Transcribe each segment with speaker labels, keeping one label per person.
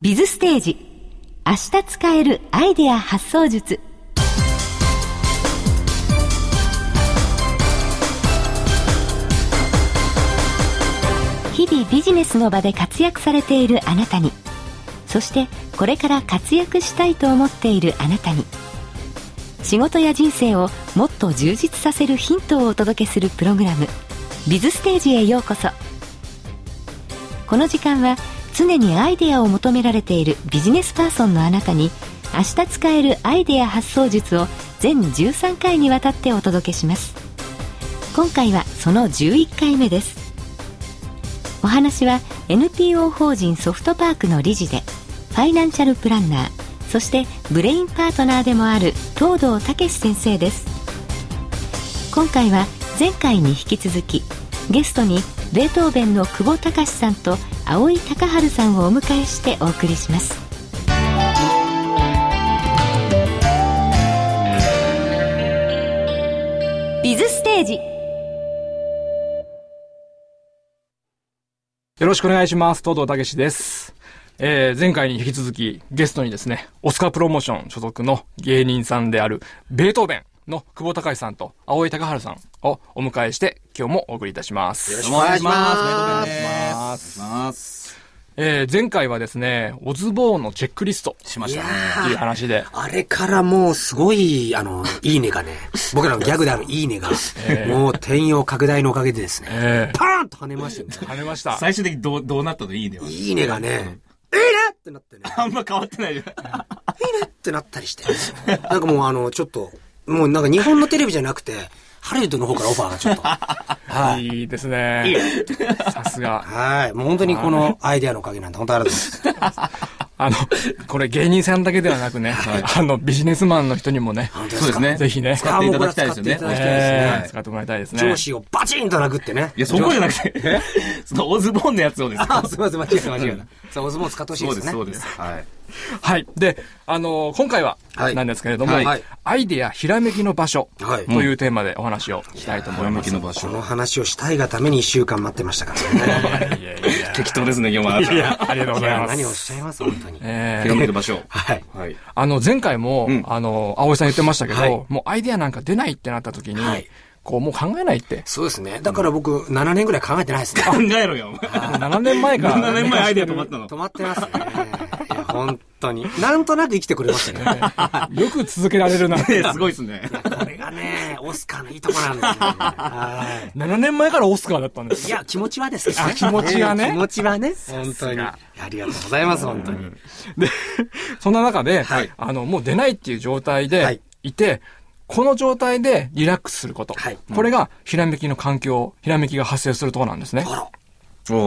Speaker 1: ビズステージ明日使えるアイデア発想術日々ビジネスの場で活躍されているあなたにそしてこれから活躍したいと思っているあなたに仕事や人生をもっと充実させるヒントをお届けするプログラム「ビズステージへようこそこの時間は常にアイデアを求められているビジネスパーソンのあなたに明日使えるアイデア発想術を全13回にわたってお届けします今回はその11回目ですお話は NPO 法人ソフトパークの理事でファイナンシャルプランナーそしてブレインパートナーでもある東堂武先生です今回は前回に引き続きゲストにベートーベンの久保隆さんと蒼井隆治さんをお迎えしてお送りしますビズステージ
Speaker 2: よろしくお願いします。東堂武史です。えー、前回に引き続きゲストにですね、オスカープロモーション所属の芸人さんであるベートーベンの久保隆さんと青井隆治さんをお迎えして今日もお送りいたします。
Speaker 3: お願いします。お願
Speaker 4: 願
Speaker 3: いします。
Speaker 2: えー、前回はですね、オズボーンのチェックリスト
Speaker 3: しましたね。
Speaker 2: という話で、
Speaker 4: あれからもうすごい、あの、いいねがね、僕らのギャグであるいいねが、もう転用拡大のおかげでですね、
Speaker 2: え
Speaker 4: パーンと跳ねましたよね。
Speaker 2: ー、跳ねました。
Speaker 3: 最終的にどう、どうなったのいいねは。
Speaker 4: いいねがね、いいねってなってね、
Speaker 3: あんま変わってないじゃん。
Speaker 4: いいねってなったりして、なんかもうあの、ちょっと、もうなんか日本のテレビじゃなくて、ハリウッドの方からオファーがちょっと。はい。
Speaker 2: いいですね。さすが。
Speaker 4: はい。もう本当にこのアイデアのおかげなんで、本当ありがとうございます。
Speaker 2: あの、これ芸人さんだけではなくね、あの、ビジネスマンの人にもね、
Speaker 4: 本当
Speaker 3: そうですね。
Speaker 2: ぜひね
Speaker 3: 使っていただきたいですよ
Speaker 4: あもうこれ使っていただ
Speaker 3: ね。
Speaker 4: きたい
Speaker 2: えー、使ってもらいたいですね。
Speaker 4: 上司をバチンと殴ってね。
Speaker 3: いや、そこじゃなくて、そのオズボーンのやつをですね。
Speaker 4: あ、すみません、間違えた、間違えた。さあ、お相撲使ってほしい
Speaker 3: そ
Speaker 4: で
Speaker 3: う
Speaker 4: す
Speaker 3: で
Speaker 4: ね。
Speaker 3: す、そうです。はい。
Speaker 2: はい。で、あのー今回は、
Speaker 4: はい
Speaker 2: なんですけれども、
Speaker 4: はい
Speaker 2: アイデア、ひらめきの場所、
Speaker 4: はい
Speaker 2: というテーマでお話をしたいと思います。
Speaker 3: 場
Speaker 4: こ。の話をしたいがために一週間待ってましたからね。
Speaker 2: いやいやいや
Speaker 3: 適当ですね、今日は。いや、
Speaker 2: ありがとうご
Speaker 4: い
Speaker 2: ざい
Speaker 4: や、
Speaker 2: ます。
Speaker 4: 何をおっしゃいます、本当に。
Speaker 2: え
Speaker 3: 手
Speaker 2: ー
Speaker 3: 紙の場所。
Speaker 4: はい。
Speaker 3: はい。
Speaker 2: あの、前回も、
Speaker 3: うん
Speaker 2: あの、青井さん言ってましたけど、
Speaker 4: はい
Speaker 2: もうアイデアなんか出ないってなった時に、
Speaker 4: はい
Speaker 2: こう、もう考えないって。
Speaker 4: そうですね。だから僕、7年ぐらい考えてないで すね。
Speaker 3: 考えろよ、お前。
Speaker 2: 7年前 から、
Speaker 3: 7年前アイデア止まったの。
Speaker 4: 止まってますね。いや、本当に。なんとなく生きてくれました ね。
Speaker 2: よく続けられるな。
Speaker 3: えーすごいですね。
Speaker 4: これがね、オスカーのいいとこなんですよね。はい
Speaker 2: 7年前からオスカーだったんです
Speaker 4: い。や、気持ちはですね。
Speaker 2: あ気持ちはね
Speaker 4: 気持ちはね。本当に。ありがとうございます、本当に。
Speaker 2: で、そんな中で、
Speaker 4: はい
Speaker 2: あの、もう出ないっていう状態
Speaker 4: は
Speaker 2: で
Speaker 4: い
Speaker 2: いて、この状態でリラックスすること。
Speaker 4: はい
Speaker 2: これが、ひらめきの環境、ひらめきが発生するところなんですね。
Speaker 3: お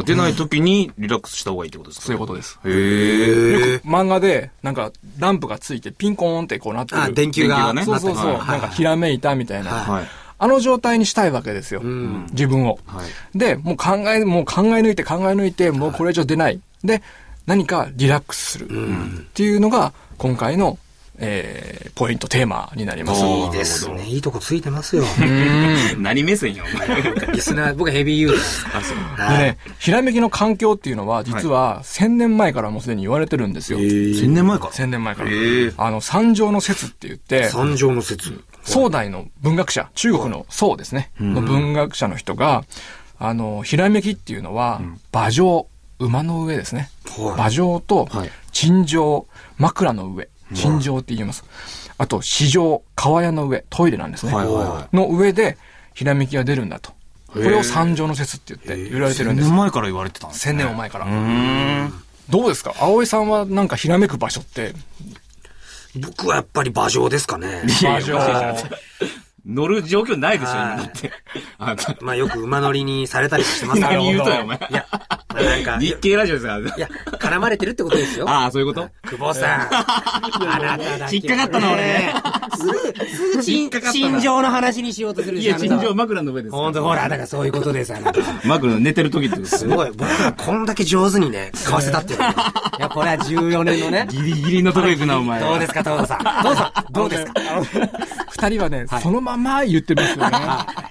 Speaker 3: ー出ない時にリラックスした方がいいってことですか
Speaker 2: そういうことです。
Speaker 3: へえ。
Speaker 4: え
Speaker 2: 漫画で、なんか、ランプがついてピンコーンってこうなってる。
Speaker 4: あ、電球が。
Speaker 3: 電球
Speaker 2: そうそうそう。
Speaker 4: なってる
Speaker 2: なんか、ひらめいたみたいな。
Speaker 4: はい
Speaker 3: はい。
Speaker 2: あの状態にしたいわけですよ。
Speaker 4: ん
Speaker 2: 自分を、
Speaker 3: はい
Speaker 2: で、もう考え、もう考え抜いて考え抜いて、もうこれ以上出ない。で、何かリラックスする。っていうのが、今回の、えー、ポイント、テーマになります。
Speaker 3: お
Speaker 4: いいですね。いいとこついてますよ。
Speaker 3: 何目線よ、お前。
Speaker 4: リスナー、僕ヘビーユーザーです。あ、そう。
Speaker 2: でね、ひらめきの環境っていうのは、実は1000年前からもうすでに言われてるんですよ。
Speaker 3: 1000年前か
Speaker 2: 1000年前から。
Speaker 3: へえ
Speaker 2: あの、三条の説って言って、
Speaker 4: 三条の説。
Speaker 2: 宋代の文学者、中国の宋ですね、の文学者の人が、あの、ひらめきっていうのは、馬上、馬の上ですね。
Speaker 4: はい
Speaker 2: 馬上と
Speaker 4: はい、
Speaker 2: 陳情、枕の上、陳情って言います。あと、市場、川屋の上、トイレなんですね。
Speaker 3: はいはいは
Speaker 2: の上で、ひらめきが出るんだと。これを三条の説って言って、言われてるんです
Speaker 3: 1000。前から言われてたんです
Speaker 2: 千年も前から。
Speaker 3: うん。
Speaker 2: どうですか葵さんはなんかひらめく場所って、
Speaker 4: 僕はやっぱり馬上ですか ね。
Speaker 2: 馬上。
Speaker 3: 乗る状況ないでしょ、
Speaker 4: は
Speaker 3: 今
Speaker 4: い
Speaker 3: だって。 あの
Speaker 4: まあよく馬乗りにされたりしてます
Speaker 2: なる
Speaker 4: い
Speaker 2: ほど
Speaker 3: 何言うとよ、お前。
Speaker 4: や、まあなんか、い
Speaker 3: 日経ラジオですから。
Speaker 4: や、絡まれてるってことですよ。
Speaker 3: ああ、そういうこと
Speaker 4: 久保さん。あなただけ
Speaker 3: 引っかかったな俺ね。
Speaker 4: すぐ、すぐ
Speaker 3: 引っ
Speaker 4: 陳
Speaker 3: かかったな
Speaker 4: 陳情の話にしようとする
Speaker 3: い
Speaker 4: じゃ
Speaker 3: や、
Speaker 4: ん。
Speaker 3: 陳情枕の上ですから。
Speaker 4: ほんと、ほら、だからそういうことです、あなた。
Speaker 3: 枕の寝てる時ってことです
Speaker 4: すごい、僕はこんだけ上手にね、買わせたっていうのは。いや、これは14年の ね。
Speaker 3: ギリギリのとこ行くな、お前。
Speaker 4: どうですか、東堂さん。どうぞ、どうですか。
Speaker 2: あのね二人はね、そのまま言ってますよね。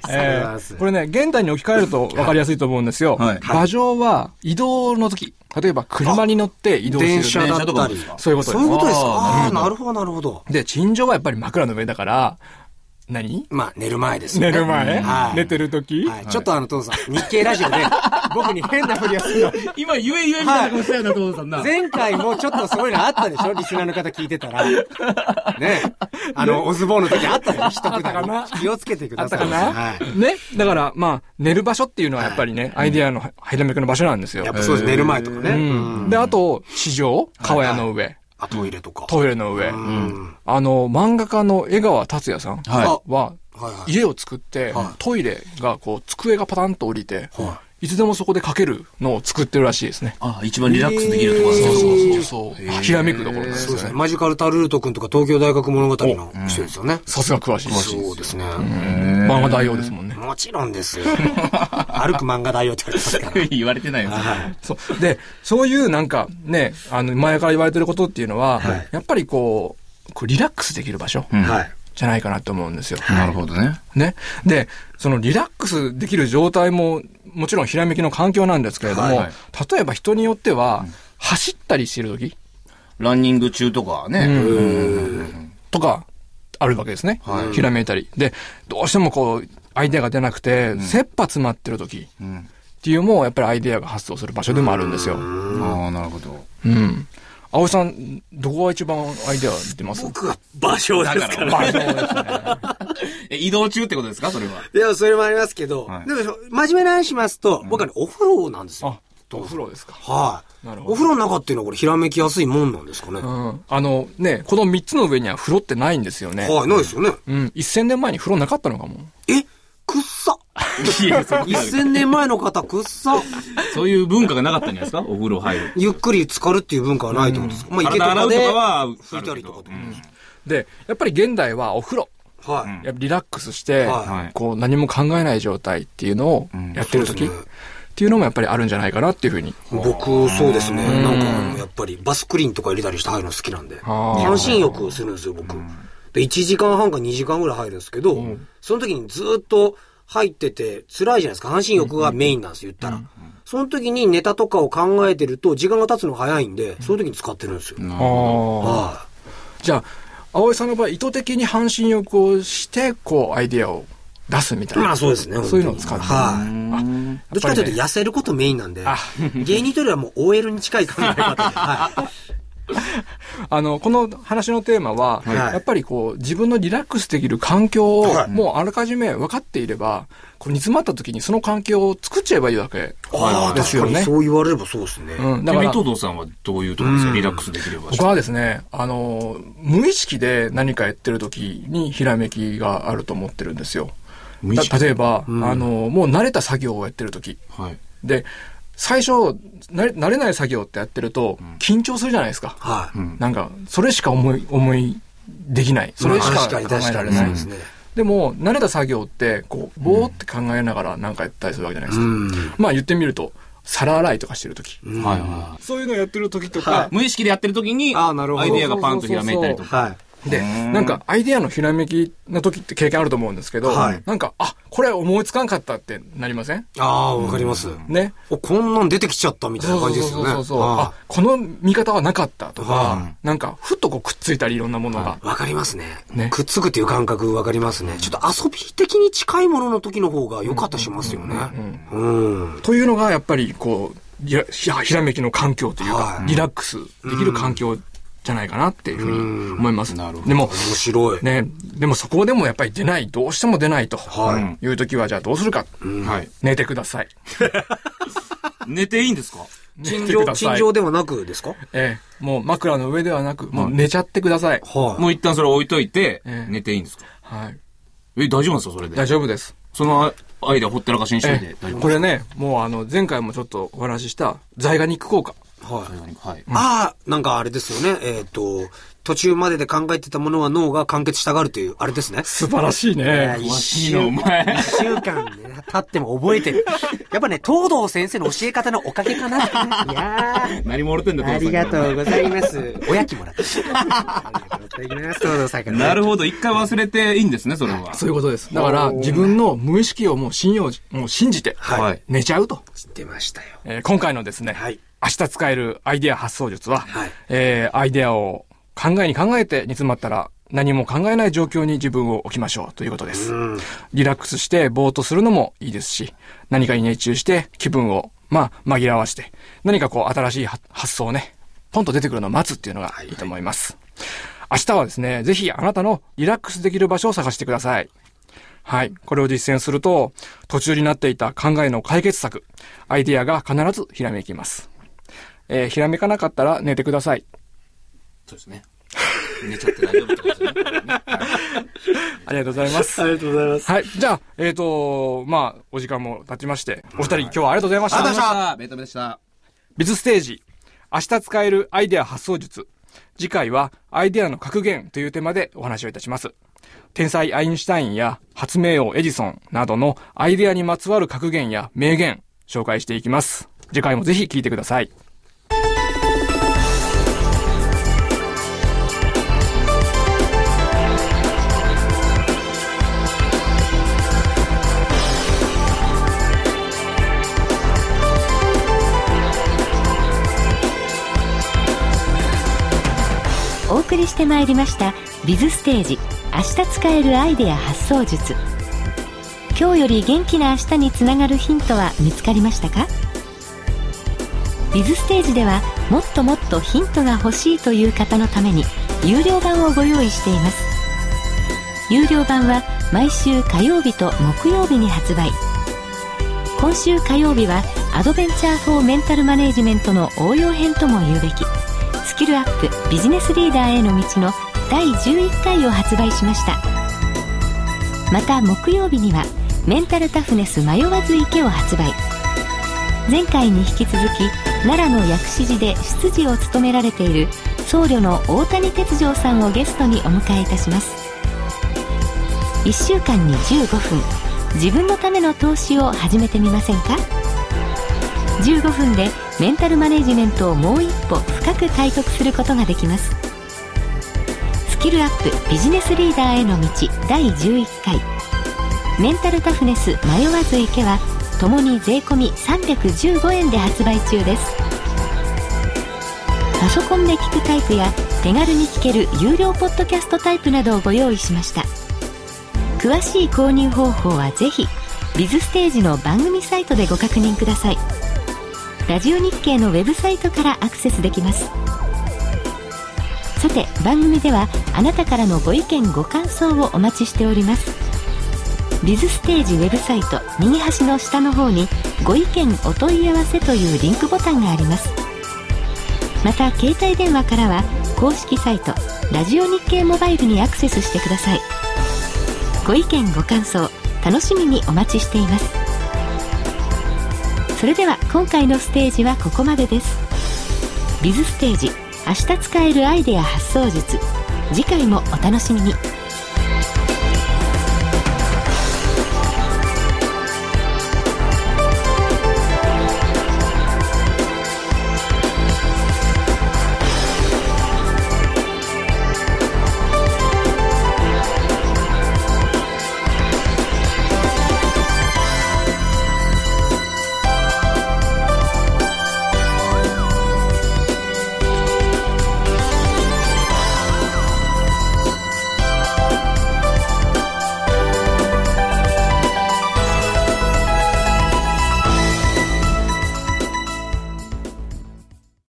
Speaker 2: えーこれね、現代に置き換えると分かりやすいと思うんですよ。
Speaker 3: はい
Speaker 2: 馬上は移動の時、例えば車に乗って移動する、ね。
Speaker 4: 電車だ
Speaker 3: 電車
Speaker 4: っ
Speaker 3: とかも
Speaker 4: たり
Speaker 3: です。か
Speaker 2: そういうことです
Speaker 4: そういうことですか。あ
Speaker 3: あ
Speaker 4: あー、なるほど、なるほど。
Speaker 2: で、陳情はやっぱり枕の上だから、何
Speaker 4: まあ、寝る前ですよ
Speaker 2: 寝
Speaker 4: ね。
Speaker 2: る前、
Speaker 4: はい
Speaker 2: 寝てる時、
Speaker 4: はい。ちょっとあの、トムさん、日経ラジ オで、僕に変なふりをするの。
Speaker 3: 今、ゆえゆえみたいな顔したよな、友さんな。
Speaker 4: 前回もちょっとそういうのあったでしょリスナーの方聞いてたら。ね。あの、オズボーンの時あったでしょ一
Speaker 2: あったかな
Speaker 4: くり。気をつけてく
Speaker 2: あ
Speaker 4: だ
Speaker 2: っ
Speaker 4: さ
Speaker 2: た
Speaker 4: い。
Speaker 2: かな、
Speaker 4: はい。
Speaker 2: ねだから、まあ、寝る場所っていうのはやっぱりね、アイデアのはいだめくの場所なんですよ
Speaker 4: やっ。ぱそうです。寝る前とか
Speaker 2: う
Speaker 4: ね。
Speaker 2: ん、で、あと、地上、川屋の上、
Speaker 4: あ、トイレとか。
Speaker 2: トイレの上、
Speaker 4: うん。
Speaker 2: あの、漫画家の江川達也さん
Speaker 3: はい。
Speaker 4: あ
Speaker 2: は、
Speaker 4: はいはい。
Speaker 2: 家を作って、
Speaker 4: はい
Speaker 2: トイレがこう、机がパタンと降りて、、
Speaker 4: はい
Speaker 2: つでもそこで書けるのを作ってるらしいですね。
Speaker 3: あ、一番リラックスできるところ
Speaker 4: へ
Speaker 3: だ
Speaker 4: ー
Speaker 3: そうそうそう。
Speaker 2: そうそう。
Speaker 3: へー
Speaker 2: ひらめくところなんで
Speaker 4: そうですす
Speaker 2: よ
Speaker 4: ね。
Speaker 2: ね。
Speaker 4: マジカルタルルト君とか東京大学物語の人ですよね。
Speaker 2: さすが詳しいです。
Speaker 4: そうですね。
Speaker 2: 漫画代表ですもんね。
Speaker 4: もちろんです よ。歩く漫画だよって言われてますから。
Speaker 3: 言われてないよ。
Speaker 2: そう。で、そういうなんかね、あの、前から言われてることっていうのは、
Speaker 4: はい
Speaker 2: やっぱりこう、こうリラックスできる場所
Speaker 3: うん
Speaker 4: はい。
Speaker 2: じゃないかなと思うんですよ。
Speaker 3: なるほどね。
Speaker 2: ね。で、そのリラックスできる状態も、もちろんひらめきの環境なんですけれども、
Speaker 3: はいはい
Speaker 2: 例えば人によっては、走ったりしてる時
Speaker 3: ランニング中とかね。
Speaker 2: とか、あるわけですね。
Speaker 3: はい
Speaker 2: ひらめいたり。で、どうしてもこう、アイデアが出なくて、切羽詰まってる時
Speaker 3: うん。
Speaker 2: っていうのも、やっぱりアイデアが発想する場所でもあるんですよ。
Speaker 3: ああ、なるほど。
Speaker 2: うん。青井さん、どこが一番アイデア出ます
Speaker 4: 僕は
Speaker 3: 場所だから
Speaker 2: 場所ですね。
Speaker 3: え移動中ってことですかそれは。
Speaker 4: いや、それもありますけど、
Speaker 3: はい
Speaker 4: でも、真面目な話しますと、僕はね、お風呂なんですよ
Speaker 2: あ。、お風呂ですか。
Speaker 4: はい。
Speaker 2: なるほど
Speaker 4: お風呂の中っていうのはこれ、ひらめきやすいもんなんですかね。
Speaker 2: う
Speaker 4: は
Speaker 2: ん。あのね、この三つの上には風呂ってないんですよね。
Speaker 4: い、ないですよね。
Speaker 2: うん。一千年前に風呂なかったのかも。
Speaker 4: え、くっさ。
Speaker 3: いやそこまで
Speaker 4: 1000年前の方、くっさ。
Speaker 3: そういう文化がなかったんじゃないですかお風呂入る。
Speaker 4: ゆっくり浸かるっていう文化はないってことですか。まあ、池と
Speaker 3: 体洗
Speaker 4: か
Speaker 3: うと
Speaker 4: で
Speaker 3: かは、
Speaker 4: 拭いたりとかってことです
Speaker 2: で、やっぱり現代はお風呂。
Speaker 4: か。はい。
Speaker 2: やっぱリラックスして、
Speaker 4: はい
Speaker 2: こう何も考えない状態っていうのをやってる時、
Speaker 4: うんそうですね
Speaker 2: っていうのもやっぱりあるんじゃないかなっていうふうに。
Speaker 4: 僕、そうですね。なんかあの、やっぱり、バスクリーンとか入れたりして入るの好きなんで、
Speaker 2: あー
Speaker 4: 半身浴するんですよ、僕。で、1時間半か2時間ぐらい入るんですけど、その時にずーっと入ってて、辛いじゃないですか。半身浴がメインなんですよ、言ったら。その時にネタとかを考えてると、時間が経つのが早いんで、その時に使ってるんですよ。
Speaker 2: あー
Speaker 4: は
Speaker 2: じゃあ、青井さんの場合、意図的に半身浴をして、こう、アイディアを出すみた
Speaker 4: い。
Speaker 2: いな。
Speaker 4: まあ、そうですね。
Speaker 2: そういうのを使ってる
Speaker 4: はい。どっち
Speaker 2: やっぱ
Speaker 4: かという
Speaker 2: り
Speaker 4: と
Speaker 2: ね
Speaker 4: 痩せることメインなんで
Speaker 2: あ、
Speaker 4: 芸人というよりはもう OL に近い考え 方で、は
Speaker 2: あの、この話のテーマは、
Speaker 4: はい
Speaker 2: やっぱりこう、自分のリラックスできる環境を、
Speaker 4: はい
Speaker 2: もうあらかじめ分かっていれば、こう煮詰まった時にその環境を作っちゃえばいいわけ
Speaker 4: ああ、
Speaker 2: です
Speaker 4: 確
Speaker 2: よ
Speaker 4: かに
Speaker 2: ね。
Speaker 4: そう言われればそうですね。
Speaker 2: うん、だ
Speaker 3: で、
Speaker 2: か
Speaker 3: 美
Speaker 2: ら、
Speaker 3: 藤さんはどういうところですかリラックスできれば。
Speaker 2: 僕はですね、あの、無意識で何かやってる時にひらめきがあると思ってるんですよ。
Speaker 3: 無意識
Speaker 2: た例えば、あの、もう慣れた作業をやってる時。
Speaker 3: はい。
Speaker 2: で、最初、慣れ慣れない作業ってやってると、緊張するじゃないですか。
Speaker 4: はい。
Speaker 2: なんか、それしか思い、思い、できない。それし
Speaker 4: まあ
Speaker 2: か
Speaker 4: 確かに
Speaker 2: 考え
Speaker 4: 確から
Speaker 2: れ
Speaker 4: に
Speaker 2: な
Speaker 4: そ
Speaker 2: いう
Speaker 4: で。すね。
Speaker 2: でも、慣れた作業って、こう、ぼーって考えながらなんかやったりするわけじゃないですか。
Speaker 4: うん。
Speaker 2: まあ言ってみると、皿洗いとかしてるとき。
Speaker 3: はいは
Speaker 2: そういうのやってるときと
Speaker 3: い。無意識でやってる時に、
Speaker 4: あーなるほど
Speaker 3: アイデアがパンとひらめいたりとか。
Speaker 4: はい。
Speaker 2: で、なんかアイデアのひらめきの時って経験あると思うんですけど、
Speaker 4: はい
Speaker 2: なんか、あ、これ思いつかんかったってなりません
Speaker 4: ああ、わかります。
Speaker 2: ね。
Speaker 4: お、こんなん出てきちゃったみたいな感じですよ
Speaker 2: そ
Speaker 4: ね。
Speaker 2: うそうそうそうあ
Speaker 4: あ、
Speaker 2: この見方はなかったと
Speaker 4: は
Speaker 2: か、なんか、ふっとこうくっついたりいろんなものが。
Speaker 4: あわかりますね
Speaker 2: ね
Speaker 4: くっつくっていう感覚わかりますね。ちょっと遊び的に近いものの時の方が良かったりしますよね。うん。
Speaker 2: というのが、やっぱり、こう、いやひらひらめきの環境というか、
Speaker 4: はい
Speaker 2: リラックスできる環境じゃないかなっていうふうに思います。
Speaker 3: なるほど
Speaker 2: でも、
Speaker 4: 面白い。
Speaker 2: ね、でもそこでもやっぱり出ない、どうしても出ないと
Speaker 4: はい
Speaker 2: いう時は、じゃあどうするか。
Speaker 3: はい。
Speaker 2: 寝てください。
Speaker 3: 寝ていいんですか
Speaker 4: 陳
Speaker 2: 寝てく
Speaker 4: 情、
Speaker 2: ださ
Speaker 4: 陳
Speaker 2: い
Speaker 4: 情ではなくですか
Speaker 2: ええ、もう枕の上ではなく、もう寝ちゃってください。
Speaker 4: は
Speaker 3: もう一旦それ置いといて
Speaker 2: え、え
Speaker 3: 寝ていいんですか
Speaker 2: はい。
Speaker 3: え、大丈夫なんですかそれ
Speaker 2: 大
Speaker 3: で。
Speaker 2: 丈夫です。
Speaker 3: そのあアイデアほったらかしにしとい
Speaker 2: え
Speaker 3: て大
Speaker 2: え
Speaker 3: 丈夫
Speaker 2: これね、もうあの、前回もちょっとお話しした、在外肉効果。
Speaker 4: い。はい
Speaker 3: 体にはい。
Speaker 4: ああ、なんかあれですよね。えっ、と、途中までで考えてたものは脳が完結したがるという、あれですね。
Speaker 2: 素晴らしいね。
Speaker 4: 一
Speaker 3: 詳しい
Speaker 4: 週
Speaker 3: なお前
Speaker 4: 一週間ね、経っても覚えてる。やっぱね、東堂先生の教え方のおかげかな。いやー。
Speaker 3: 何もろてんだ、
Speaker 4: ありが
Speaker 3: う。
Speaker 4: とうございます。おやきもらった。ありがとうございます。東堂さんから。
Speaker 3: なる
Speaker 4: ほ
Speaker 3: ほど。一回忘れていいんですね、それは。
Speaker 2: そういうことです。だから、自分の無意識をもう信用、もう信じて、
Speaker 4: はい
Speaker 3: はい。
Speaker 2: 寝ちゃうと。
Speaker 4: ど。出ましたよ。
Speaker 2: えー今回のですね、
Speaker 4: はい
Speaker 2: 明日使えるアイデア発想術は、
Speaker 4: はい
Speaker 2: えーアイデアを考えに考えて煮詰まったら何も考えない状況に自分を置きましょうということです。
Speaker 4: うん。
Speaker 2: リラックスしてぼーっとするのもいいですし、何かに熱中して気分を、まあ、紛らわして、何かこう新しいは発想をね、ポンと出てくるのを待つっていうのがいいと思います。明日はですね、ぜひあなたのリラックスできる場所を探してください。はい。これを実践すると、途中になっていた考えの解決策、アイデアが必ずひらめきます。えーひらめかなかったら寝てください。
Speaker 3: そうですね。寝ちゃって大丈夫ってことですね。
Speaker 2: ありがとうございます。
Speaker 4: りがとうございます。
Speaker 2: はい。じゃあ、えっ、とまあ、お時間も経ちまして、お二人今日はありがとうございました。
Speaker 3: ありがとうございました。ベトベトでした。
Speaker 2: 別ステージ、明日使えるアイデア発想術。次回は、アイデアの格言というテーマでお話をいたします。天才アインシュタインや発明王エジソンなどのアイデアにまつわる格言や名言、紹介していきます。次回もぜひ聞いてください。
Speaker 1: お送りしてまいりましたビズステージ明日使えるアイデア発想術今日より元気な明日につながるヒントは見つかりましたかビズステージではもっともっとヒントが欲しいという方のために有料版をご用意しています有料版は毎週火曜日と木曜日に発売今週火曜日はアドベンチャー・フォー・メンタル・マネージメントの応用編とも言うべきスキルアップビジネスリーダーへの道の第11回を発売しましたまた木曜日にはメンタルタフネス迷わず池を発売前回に引き続き奈良の薬師寺で執事を務められている僧侶の大谷哲丈さんをゲストにお迎えいたします1週間に15分自分のための投資を始めてみませんか15分でメンタルマネジメントをもう一歩深く体得することができますスキルアップビジネスリーダーへの道第11回メンタルタフネス迷わず池はともに税込み315円で発売中ですパソコンで聞くタイプや手軽に聞ける有料ポッドキャストタイプなどをご用意しました詳しい購入方法はぜひビズステージの番組サイトでご確認くださいラジオ日経のウェブサイトからアクセスできますさて番組ではあなたからのご意見ご感想をお待ちしておりますビズステージウェブサイト右端の下の方に「ご意見お問い合わせ」というリンクボタンがありますまた携帯電話からは公式サイト「ラジオ日経モバイル」にアクセスしてくださいご意見ご感想楽しみにお待ちしていますそれでは今回のステージはここまでですビズステージ明日使えるアイデア発想術次回もお楽しみに